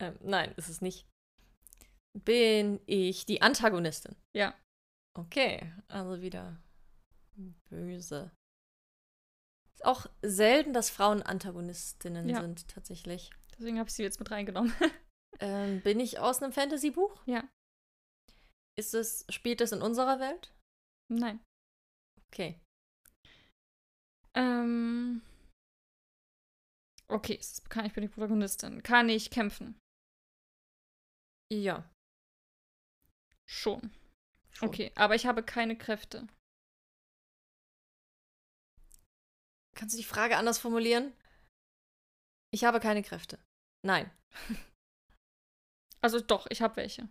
Speaker 1: Ähm, nein, ist es nicht. Bin ich die Antagonistin?
Speaker 2: Ja.
Speaker 1: Okay, also wieder böse. Ist auch selten, dass Frauen Antagonistinnen
Speaker 2: Ja.
Speaker 1: sind, tatsächlich.
Speaker 2: Deswegen habe ich sie jetzt mit reingenommen.
Speaker 1: Ähm, bin ich aus einem Fantasy-Buch?
Speaker 2: Ja.
Speaker 1: Ist es, spielt es in unserer Welt?
Speaker 2: Nein.
Speaker 1: Okay.
Speaker 2: Ähm, okay, es ist bekannt, ich bin die Protagonistin. Kann ich kämpfen?
Speaker 1: Ja.
Speaker 2: Schon.
Speaker 1: schon.
Speaker 2: Okay, aber ich habe keine Kräfte.
Speaker 1: Kannst du die Frage anders formulieren? Ich habe keine Kräfte. Nein.
Speaker 2: Also doch, ich habe welche.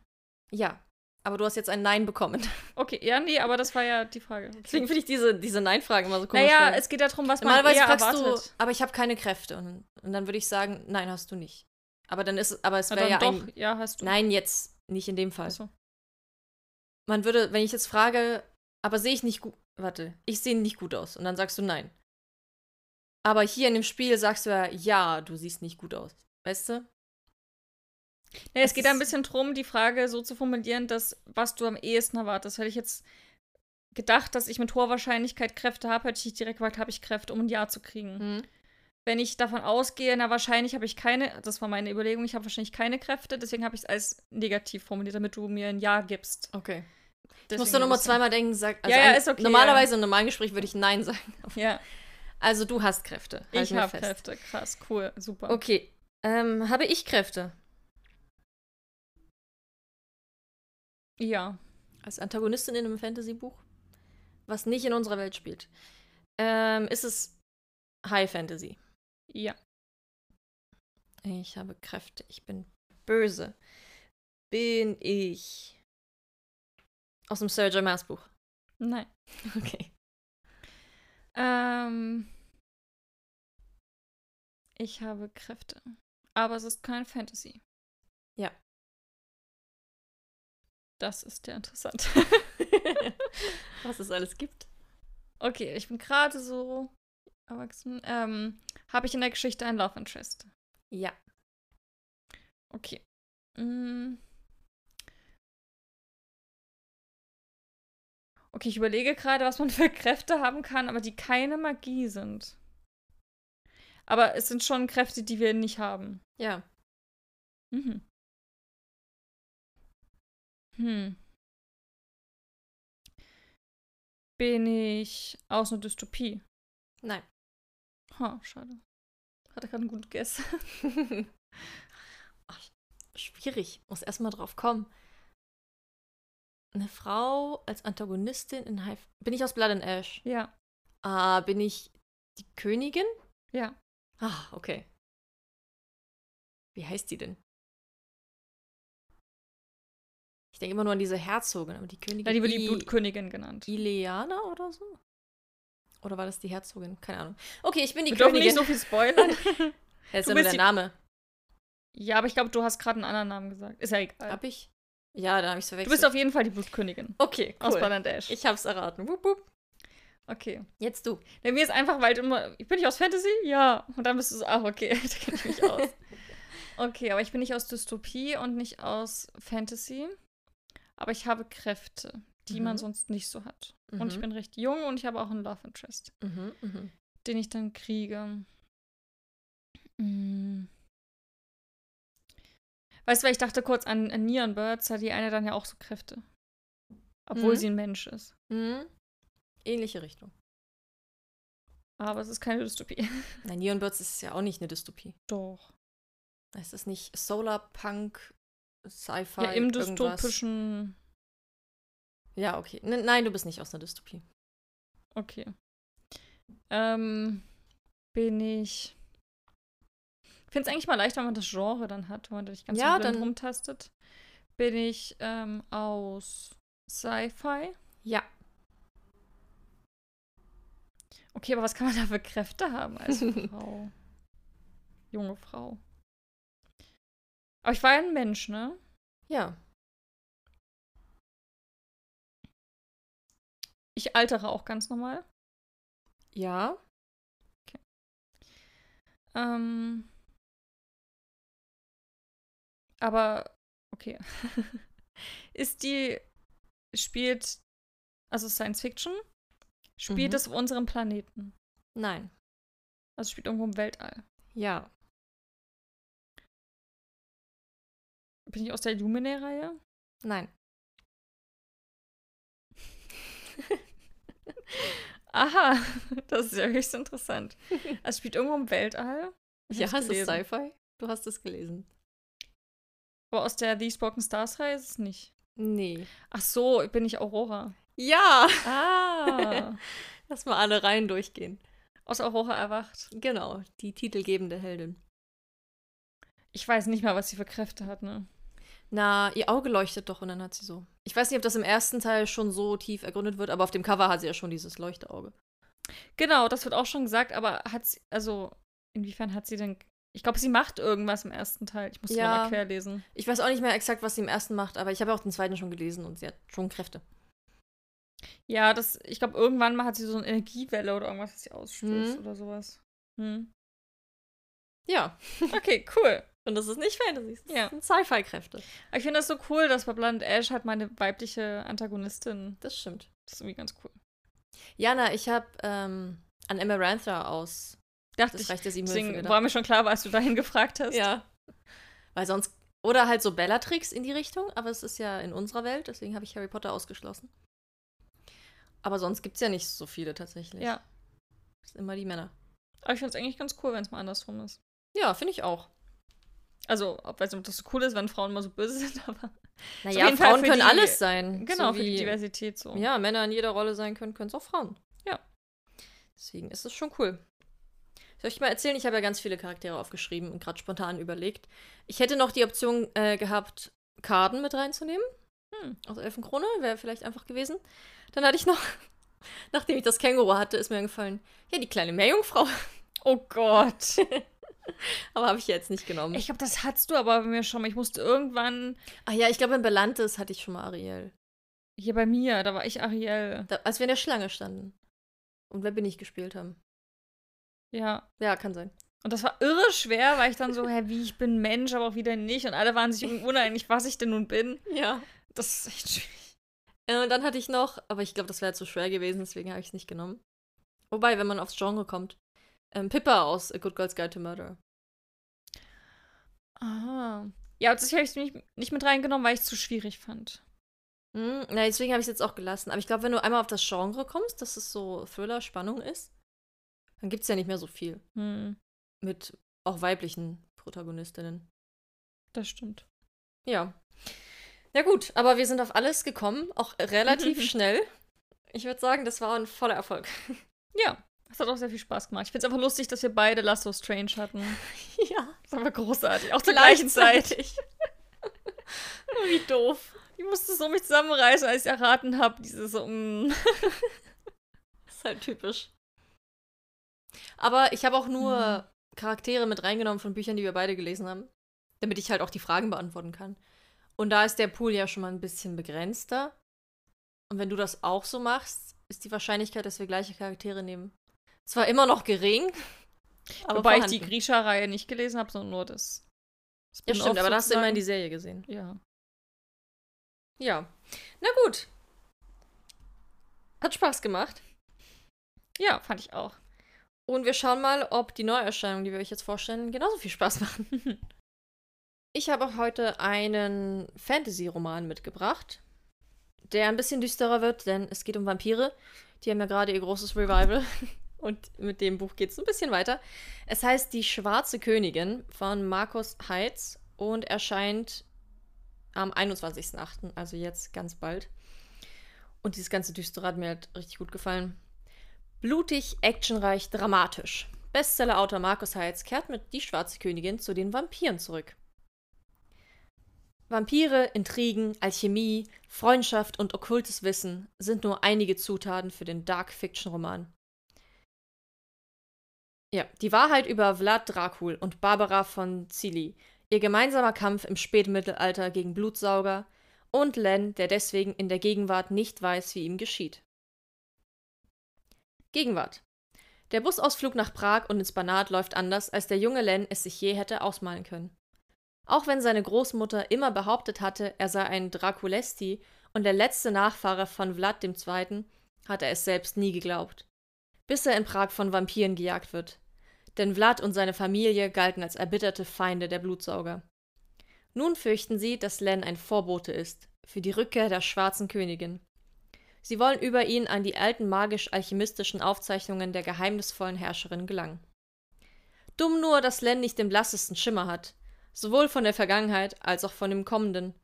Speaker 1: Ja. Aber du hast jetzt ein Nein bekommen.
Speaker 2: Okay, ja, nee, aber das war ja die Frage. Okay.
Speaker 1: Deswegen finde ich diese, diese Nein-Fragen immer so komisch.
Speaker 2: naja,
Speaker 1: weil-
Speaker 2: es geht ja darum, was man
Speaker 1: Normalerweise
Speaker 2: eher
Speaker 1: fragst
Speaker 2: erwartet.
Speaker 1: du, aber ich habe keine Kräfte. Und, und dann würde ich sagen, nein, hast du nicht. Aber dann ist, aber es
Speaker 2: Na
Speaker 1: wäre
Speaker 2: dann
Speaker 1: ja
Speaker 2: doch,
Speaker 1: ein,
Speaker 2: ja, hast du.
Speaker 1: nein, jetzt nicht in dem Fall.
Speaker 2: Achso.
Speaker 1: Man würde, wenn ich jetzt frage, aber sehe ich nicht gut, warte, ich sehe nicht gut aus. Und dann sagst du nein. Aber hier in dem Spiel sagst du ja, ja, du siehst nicht gut aus. Weißt du?
Speaker 2: Ja,
Speaker 1: Es
Speaker 2: es geht da ein
Speaker 1: ist-
Speaker 2: bisschen drum, die Frage so zu formulieren, dass was du am ehesten erwartest. Hätte ich jetzt gedacht, dass ich mit hoher Wahrscheinlichkeit Kräfte habe, hätte ich nicht direkt gefragt, habe ich Kräfte, um ein Ja zu kriegen.
Speaker 1: Mhm.
Speaker 2: Wenn ich davon ausgehe, na wahrscheinlich habe ich keine, das war meine Überlegung, ich habe wahrscheinlich keine Kräfte, deswegen habe ich es als negativ formuliert, damit du mir ein Ja gibst.
Speaker 1: Okay. Ich
Speaker 2: Deswegen
Speaker 1: muss da nochmal
Speaker 2: ein bisschen-
Speaker 1: zweimal denken, sag, also
Speaker 2: Ja, ja,
Speaker 1: ein-
Speaker 2: ist okay,
Speaker 1: Normalerweise im normalen Gespräch würde ich nein sagen.
Speaker 2: Ja,
Speaker 1: Also du hast Kräfte. Halten
Speaker 2: ich
Speaker 1: wir
Speaker 2: habe
Speaker 1: fest.
Speaker 2: Kräfte, krass, cool, super.
Speaker 1: Okay. Ähm, habe ich Kräfte?
Speaker 2: Ja,
Speaker 1: Als Antagonistin in einem Fantasy-Buch, was nicht in unserer Welt spielt. Ähm, ist es. High Fantasy.
Speaker 2: Ja.
Speaker 1: Ich habe Kräfte. Ich bin böse. Bin ich. Aus dem Sergio Mars Buch.
Speaker 2: Nein.
Speaker 1: Okay.
Speaker 2: Ähm, ich habe Kräfte. Aber es ist kein Fantasy.
Speaker 1: Ja.
Speaker 2: Das ist ja interessant.
Speaker 1: Was es alles gibt.
Speaker 2: okay, ich bin gerade so erwachsen. Ähm, habe ich in der Geschichte ein Love Interest?
Speaker 1: Ja.
Speaker 2: Okay. Mm. Okay, ich überlege gerade, was man für Kräfte haben kann, aber die keine Magie sind. Aber es sind schon Kräfte, die wir nicht haben.
Speaker 1: Ja.
Speaker 2: Mhm. Hm. Bin ich aus einer Dystopie?
Speaker 1: Nein.
Speaker 2: Ha, schade. Hatte gerade einen guten Guess.
Speaker 1: Ach, schwierig. Muss erstmal drauf kommen. Eine Frau als Antagonistin in High. Bin ich aus Blood and Ash?
Speaker 2: ja,
Speaker 1: Ah, bin ich die Königin?
Speaker 2: ja.
Speaker 1: Ah, okay. Wie heißt die denn? Ich denke immer nur an diese Herzogin, aber die Königin.
Speaker 2: Na, die wird die
Speaker 1: I-
Speaker 2: Blutkönigin genannt.
Speaker 1: Ileana oder so? Oder war das die Herzogin? Keine Ahnung. Okay, ich bin die
Speaker 2: Wir dürfen
Speaker 1: Königin.
Speaker 2: nicht so viel spoilern.
Speaker 1: ja, ist
Speaker 2: du
Speaker 1: ja nur
Speaker 2: bist
Speaker 1: der
Speaker 2: die-
Speaker 1: Name.
Speaker 2: Ja, aber ich glaube, du hast gerade einen anderen Namen gesagt. Ist ja egal.
Speaker 1: Hab ich? Ja, da habe ich
Speaker 2: du
Speaker 1: verwechselt.
Speaker 2: bist auf jeden Fall die Blutkönigin
Speaker 1: Okay,
Speaker 2: aus
Speaker 1: cool.
Speaker 2: Bangladesch.
Speaker 1: Ich hab's erraten. Wupp, wupp.
Speaker 2: Okay.
Speaker 1: Jetzt du.
Speaker 2: Na, mir ist einfach, weil du immer. Bin ich aus Fantasy? Ja. Und dann bist du so, ach, okay, da kenne ich mich aus. Okay, aber ich bin nicht aus Dystopie und nicht aus Fantasy. Aber ich habe Kräfte, die man
Speaker 1: Mhm.
Speaker 2: sonst nicht so hat. Und ich
Speaker 1: Mhm.
Speaker 2: bin recht jung und ich habe auch einen Love Interest,
Speaker 1: Mhm, mhm.
Speaker 2: den ich dann kriege. Mm. Weißt du, weil ich dachte kurz an, an Neon Birds, hat die eine dann ja auch so Kräfte. Obwohl
Speaker 1: Mhm.
Speaker 2: sie ein Mensch ist.
Speaker 1: Mhm. Ähnliche Richtung.
Speaker 2: Aber es ist keine Dystopie.
Speaker 1: Nein, Neon Birds ist ja auch nicht eine Dystopie.
Speaker 2: Doch.
Speaker 1: Ist das nicht Solarpunk, Sci-Fi?
Speaker 2: Ja, im
Speaker 1: halt irgendwas?
Speaker 2: dystopischen.
Speaker 1: Ja, okay. N nein, du bist nicht aus einer Dystopie.
Speaker 2: Okay. Ähm, bin ich. Ich finde es eigentlich mal leicht, wenn man das Genre dann hat, wenn man durch ganz
Speaker 1: Ja,
Speaker 2: ja, dann
Speaker 1: dann-
Speaker 2: rumtastet. Bin ich ähm, aus Sci-Fi.
Speaker 1: Ja.
Speaker 2: Okay, aber was kann man da für Kräfte haben als Frau? Junge Frau. Aber ich war ja ein Mensch, ne?
Speaker 1: Ja.
Speaker 2: Ich altere auch ganz normal.
Speaker 1: Ja.
Speaker 2: Ähm, aber, okay. ist die, spielt, also Science Fiction, spielt
Speaker 1: Mhm.
Speaker 2: es auf unserem Planeten.
Speaker 1: Nein.
Speaker 2: Also spielt irgendwo im Weltall.
Speaker 1: Ja.
Speaker 2: Bin ich aus der Lumine-Reihe?
Speaker 1: Nein.
Speaker 2: Aha, das ist ja höchst interessant. Also spielt irgendwo im Weltall. Ich
Speaker 1: Ja, es
Speaker 2: hab's
Speaker 1: ist
Speaker 2: gelesen.
Speaker 1: Sci-Fi. Du hast es gelesen.
Speaker 2: Aber aus der The Spoken Stars-Reihe ist es nicht.
Speaker 1: Nee.
Speaker 2: Ach so, bin ich Aurora.
Speaker 1: Ja.
Speaker 2: Ah,
Speaker 1: Lass mal alle Reihen durchgehen.
Speaker 2: aus Aurora erwacht.
Speaker 1: Genau. Die titelgebende Heldin.
Speaker 2: Ich weiß nicht mal, was sie für Kräfte hat, ne?
Speaker 1: Na, ihr Auge leuchtet doch und dann hat sie so. Ich weiß nicht, ob das im ersten Teil schon so tief ergründet wird, aber auf dem Cover hat sie ja schon dieses Leuchteauge.
Speaker 2: Genau, das wird auch schon gesagt, aber hat sie, also, inwiefern hat sie denn. Ich glaube, sie macht irgendwas im ersten Teil. Ich muss ja.
Speaker 1: Ja.
Speaker 2: nochmal querlesen.
Speaker 1: Ich weiß auch nicht mehr exakt, was sie im ersten macht, aber ich habe auch den zweiten schon gelesen und sie hat schon Kräfte.
Speaker 2: Ja, das, ich glaube, irgendwann mal hat sie so eine Energiewelle oder irgendwas, was sie ausstößt
Speaker 1: Mhm.
Speaker 2: oder sowas. Hm.
Speaker 1: Ja.
Speaker 2: Okay, cool.
Speaker 1: Und das ist nicht Fantasy, das
Speaker 2: Ja.
Speaker 1: sind Sci-Fi-Kräfte.
Speaker 2: Aber Ich finde das so cool, dass bei Blunt Ash halt meine weibliche Antagonistin.
Speaker 1: Das stimmt.
Speaker 2: Das ist irgendwie ganz cool.
Speaker 1: Jana, ich habe ähm, an Emerantha aus
Speaker 2: Dachte
Speaker 1: Das
Speaker 2: ich.
Speaker 1: Reich der Sieben Höfe
Speaker 2: Deswegen
Speaker 1: gedacht.
Speaker 2: war mir schon klar, als du dahin gefragt hast.
Speaker 1: Ja. Weil sonst. Oder halt so Bellatrix in die Richtung, aber es ist ja in unserer Welt, deswegen habe ich Harry Potter ausgeschlossen. Aber sonst gibt es ja nicht so viele tatsächlich.
Speaker 2: Ja.
Speaker 1: Es sind immer die Männer.
Speaker 2: Aber ich finde es eigentlich ganz cool, wenn es mal andersrum ist.
Speaker 1: Ja, finde ich auch.
Speaker 2: Also, ob, weiß nicht, ob das so cool ist, wenn Frauen mal so böse sind, aber.
Speaker 1: Naja,
Speaker 2: jeden Fall
Speaker 1: Frauen
Speaker 2: für
Speaker 1: können
Speaker 2: die-
Speaker 1: alles sein.
Speaker 2: Genau,
Speaker 1: so
Speaker 2: für die
Speaker 1: wie-
Speaker 2: Diversität so.
Speaker 1: Ja, Männer in jeder Rolle sein können, können es auch Frauen.
Speaker 2: Ja.
Speaker 1: Deswegen ist es schon cool. Soll ich mal erzählen? Ich habe ja ganz viele Charaktere aufgeschrieben und gerade spontan überlegt. Ich hätte noch die Option äh, gehabt, Karden mit reinzunehmen.
Speaker 2: Hm.
Speaker 1: Aus Elfenkrone wäre vielleicht einfach gewesen. Dann hatte ich noch, nachdem ich das Känguru hatte, ist mir gefallen, ja, die kleine Meerjungfrau.
Speaker 2: Oh Gott.
Speaker 1: Aber habe ich jetzt nicht genommen.
Speaker 2: Ich glaube, das hattest du aber bei mir schon mal. Ich musste irgendwann
Speaker 1: Ah ja, ich glaube, in Belantes hatte ich schon mal Ariel.
Speaker 2: hier bei mir, da war ich Ariel.
Speaker 1: Da, als wir in der Schlange standen. Und wer bin ich gespielt haben.
Speaker 2: Ja.
Speaker 1: Ja, kann sein.
Speaker 2: Und das war irre schwer, weil ich dann so, hä, wie ich bin Mensch, aber auch wieder nicht. Und alle waren sich irgendwie uneinig, was ich denn nun bin.
Speaker 1: Ja.
Speaker 2: Das ist echt schwierig.
Speaker 1: Äh, Und dann hatte ich noch, aber ich glaube, das wäre zu schwer gewesen, deswegen habe ich es nicht genommen. Wobei, wenn man aufs Genre kommt, ähm, Pippa aus A Good Girl's Guide to Murder.
Speaker 2: Ah. Ja, das habe ich nicht, nicht mit reingenommen, weil ich es zu schwierig fand.
Speaker 1: Hm, na, deswegen habe ich es jetzt auch gelassen. Aber ich glaube, wenn du einmal auf das Genre kommst, dass es so Thriller-Spannung ist, dann gibt es ja nicht mehr so viel
Speaker 2: Hm,
Speaker 1: mit auch weiblichen Protagonistinnen.
Speaker 2: das stimmt.
Speaker 1: Ja. Ja gut, aber wir sind auf alles gekommen, auch relativ schnell. Ich würde sagen, das war ein voller Erfolg.
Speaker 2: Ja, es hat auch sehr viel Spaß gemacht. Ich finde es einfach lustig, dass wir beide Lasso Strange hatten.
Speaker 1: ja,
Speaker 2: Das war aber großartig. Auch zur gleichen Zeit.
Speaker 1: Wie doof.
Speaker 2: Ich musste so mich zusammenreißen, als ich erraten habe, dieses so, mm.
Speaker 1: Das ist halt typisch. Aber ich habe auch nur
Speaker 2: Mhm.
Speaker 1: Charaktere mit reingenommen von Büchern, die wir beide gelesen haben, damit ich halt auch die Fragen beantworten kann. Und da ist der Pool ja schon mal ein bisschen begrenzter. Und wenn du das auch so machst, ist die Wahrscheinlichkeit, dass wir gleiche Charaktere nehmen, zwar immer noch gering, aber
Speaker 2: Wobei ich die
Speaker 1: vorhanden.
Speaker 2: Grisha-Reihe nicht gelesen habe, sondern nur das. das
Speaker 1: Ja, stimmt,
Speaker 2: Spin-off
Speaker 1: aber da hast du immerhin die
Speaker 2: sozusagen.
Speaker 1: Serie gesehen.
Speaker 2: Ja.
Speaker 1: Ja. Na gut. Hat Spaß gemacht.
Speaker 2: ja, fand ich auch.
Speaker 1: Und wir schauen mal, ob die Neuerscheinungen, die wir euch jetzt vorstellen, genauso viel Spaß machen. ich habe heute einen Fantasy-Roman mitgebracht, der ein bisschen düsterer wird, denn es geht um Vampire. Die haben ja gerade ihr großes Revival. Und mit dem Buch geht es ein bisschen weiter. Es heißt Die Schwarze Königin von Markus Heitz und erscheint am 21.08., also jetzt ganz bald. Und dieses ganze Düstere hat mir halt richtig gut gefallen. Blutig, actionreich, dramatisch. Bestseller-Autor Markus Heitz kehrt mit Die Schwarze Königin zu den Vampiren zurück. Vampire, Intrigen, Alchemie, Freundschaft und okkultes Wissen sind nur einige Zutaten für den Dark-Fiction-Roman. Ja, die Wahrheit über Vlad Dracul und Barbara von Cilli, ihr gemeinsamer Kampf im Spätmittelalter gegen Blutsauger und Len, der deswegen in der Gegenwart nicht weiß, wie ihm geschieht. Gegenwart. Der Busausflug nach Prag und ins Banat läuft anders, als der junge Len es sich je hätte ausmalen können. Auch wenn seine Großmutter immer behauptet hatte, er sei ein Draculesti und der letzte Nachfahre von Vlad II., hat er es selbst nie geglaubt. Bis er in Prag von Vampiren gejagt wird. Denn Vlad und seine Familie galten als erbitterte Feinde der Blutsauger. Nun fürchten sie, dass Len ein Vorbote ist für die Rückkehr der schwarzen Königin. Sie wollen über ihn an die alten magisch-alchemistischen Aufzeichnungen der geheimnisvollen Herrscherin gelangen. Dumm nur, dass Len nicht den blassesten Schimmer hat, sowohl von der Vergangenheit als auch von dem Kommenden.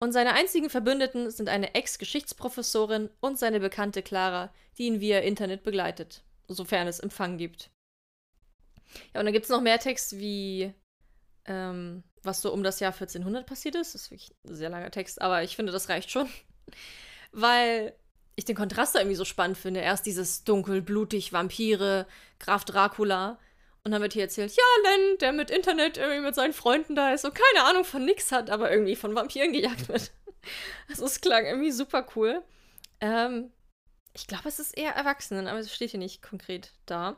Speaker 1: Und seine einzigen Verbündeten sind eine Ex-Geschichtsprofessorin und seine Bekannte Clara, die ihn via Internet begleitet, sofern es Empfang gibt. Ja, und dann gibt es noch mehr Text, wie ähm, was so um das Jahr 1400 passiert ist. Das ist wirklich ein sehr langer Text, aber ich finde, das reicht schon. Weil ich den Kontrast da irgendwie so spannend finde. Erst dieses dunkel, blutig, Vampire, Graf Dracula. Und dann wird hier erzählt, ja, Len, der mit Internet irgendwie mit seinen Freunden da ist und keine Ahnung von nix hat, aber irgendwie von Vampiren gejagt wird. Also es klang irgendwie super cool. Ähm, ich glaube, es ist eher Erwachsenen, aber es steht hier nicht konkret da.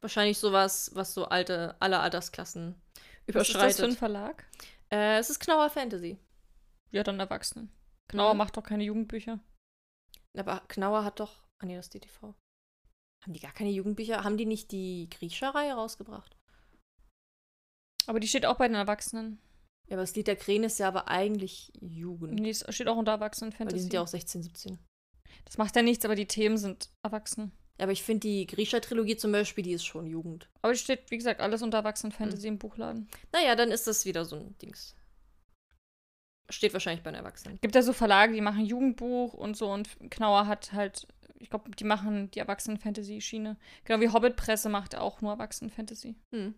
Speaker 1: Wahrscheinlich sowas, was so alte, alle Altersklassen
Speaker 2: Was ist das für ein
Speaker 1: überschreitet.
Speaker 2: Verlag?
Speaker 1: äh, es ist knauer Fantasy.
Speaker 2: Ja, dann Erwachsene. Knauer
Speaker 1: Mhm.
Speaker 2: macht doch keine Jugendbücher.
Speaker 1: Aber Knauer hat doch. Ah nee, das ist DTV. Haben die gar keine Jugendbücher? Haben die nicht die Griecherei rausgebracht?
Speaker 2: Aber die steht auch bei den Erwachsenen.
Speaker 1: Ja, aber das Lied der Krähen ist ja aber eigentlich Jugend.
Speaker 2: Nee, es steht auch unter
Speaker 1: weil die
Speaker 2: Erwachsenen-Fantasy.
Speaker 1: sind ja auch 16, 17.
Speaker 2: Das macht ja nichts, aber die Themen sind erwachsen.
Speaker 1: Ja, aber ich finde die Griecher-Trilogie zum Beispiel, die ist schon Jugend.
Speaker 2: Aber die steht, wie gesagt, alles unter
Speaker 1: Mhm.
Speaker 2: Erwachsenen-Fantasy im Buchladen.
Speaker 1: Naja, dann ist das wieder so ein Dings. Steht wahrscheinlich bei den Erwachsenen.
Speaker 2: Gibt ja so Verlage, die machen Jugendbuch und so und Knauer hat halt ich glaube, die machen die Erwachsenen-Fantasy-Schiene. Genau wie Hobbit-Presse macht auch nur Erwachsenen-Fantasy.
Speaker 1: Hm.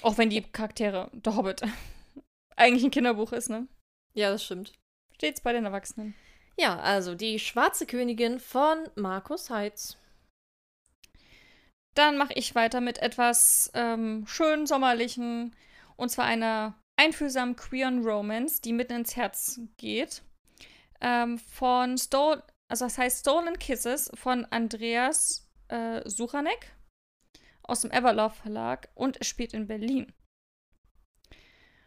Speaker 2: Auch wenn die Charaktere, der Hobbit, eigentlich ein Kinderbuch ist, ne?
Speaker 1: Ja, das stimmt.
Speaker 2: Steht's bei den Erwachsenen.
Speaker 1: Ja, also die schwarze Königin von Markus Heitz.
Speaker 2: Dann mache ich weiter mit etwas ähm, schön sommerlichen und zwar einer einfühlsamen queeren Romance, die mitten ins Herz geht. Ähm, von Stol also das heißt Stolen Kisses von Andreas äh, Suchanek aus dem Everlove Verlag und es spielt in Berlin.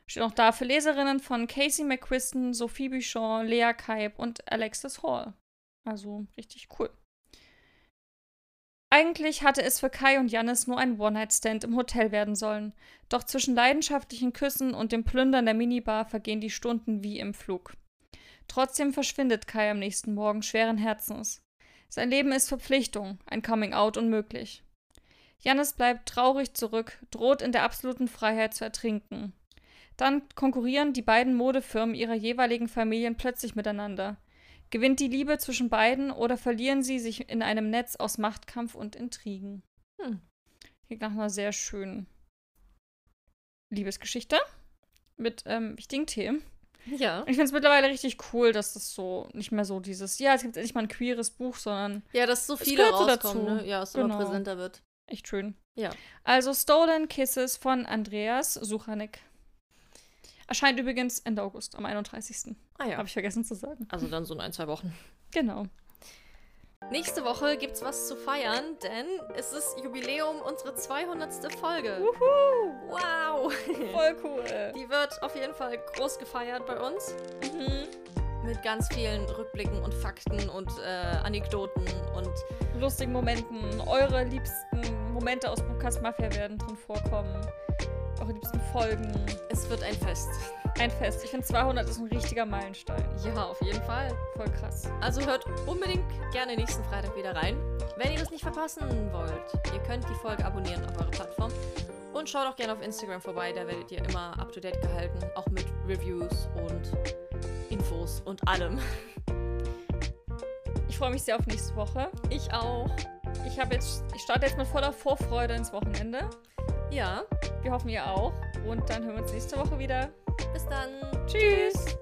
Speaker 2: Steht auch da für Leserinnen von Casey McQuiston, Sophie Bichon, Lea Kaib und Alexis Hall. Also richtig cool. Eigentlich hatte es für Kai und Jannis nur ein One-Night-Stand im Hotel werden sollen. Doch zwischen leidenschaftlichen Küssen und dem Plündern der Minibar vergehen die Stunden wie im Flug. Trotzdem verschwindet Kai am nächsten Morgen schweren Herzens. Sein Leben ist Verpflichtung, ein Coming-out unmöglich. Jannis bleibt traurig zurück, droht in der absoluten Freiheit zu ertrinken. Dann konkurrieren die beiden Modefirmen ihrer jeweiligen Familien plötzlich miteinander. Gewinnt die Liebe zwischen beiden oder verlieren sie sich in einem Netz aus Machtkampf und Intrigen?
Speaker 1: Hm.
Speaker 2: Klingt nach einer sehr schönen Liebesgeschichte mit ähm, wichtigen Themen.
Speaker 1: Ja.
Speaker 2: Ich finde es mittlerweile richtig cool, dass das so nicht mehr so dieses, ja, es gibt nicht mal ein queeres Buch, sondern
Speaker 1: Ja, dass so
Speaker 2: Es
Speaker 1: viele
Speaker 2: gehört so
Speaker 1: rauskommen,
Speaker 2: dazu.
Speaker 1: ne? Ja, es immer
Speaker 2: Genau.
Speaker 1: präsenter wird.
Speaker 2: echt schön.
Speaker 1: Ja.
Speaker 2: Also Stolen Kisses von Andreas Suchanek. Erscheint übrigens Ende August, am 31.
Speaker 1: Ah ja.
Speaker 2: Habe ich vergessen zu sagen.
Speaker 1: Also dann so in ein, zwei Wochen.
Speaker 2: Genau.
Speaker 1: Nächste Woche gibt's was zu feiern, denn es ist Jubiläum, unsere 200. Folge.
Speaker 2: Wuhu!
Speaker 1: Wow!
Speaker 2: Voll cool.
Speaker 1: Die wird auf jeden Fall groß gefeiert bei uns.
Speaker 2: Mhm.
Speaker 1: Mit ganz vielen Rückblicken und Fakten und äh, Anekdoten und
Speaker 2: Lustigen Momenten, eure liebsten Momente aus Podcast Mafia werden drin vorkommen. Eure liebsten Folgen.
Speaker 1: es wird ein Fest.
Speaker 2: Ein Fest. Ich finde 200 ist ein richtiger Meilenstein.
Speaker 1: Ja, auf jeden Fall.
Speaker 2: Voll krass.
Speaker 1: Also hört unbedingt gerne nächsten Freitag wieder rein. Wenn ihr das nicht verpassen wollt, ihr könnt die Folge abonnieren auf eurer Plattform. Und schaut auch gerne auf Instagram vorbei, da werdet ihr immer up to date gehalten, auch mit Reviews und Infos und allem.
Speaker 2: Ich freue mich sehr auf nächste Woche.
Speaker 1: Ich auch.
Speaker 2: Ich habe jetzt, ich starte jetzt mit voller Vorfreude ins Wochenende.
Speaker 1: Ja,
Speaker 2: Wir hoffen ihr auch. Und dann hören wir uns nächste Woche wieder.
Speaker 1: bis dann.
Speaker 2: Tschüss.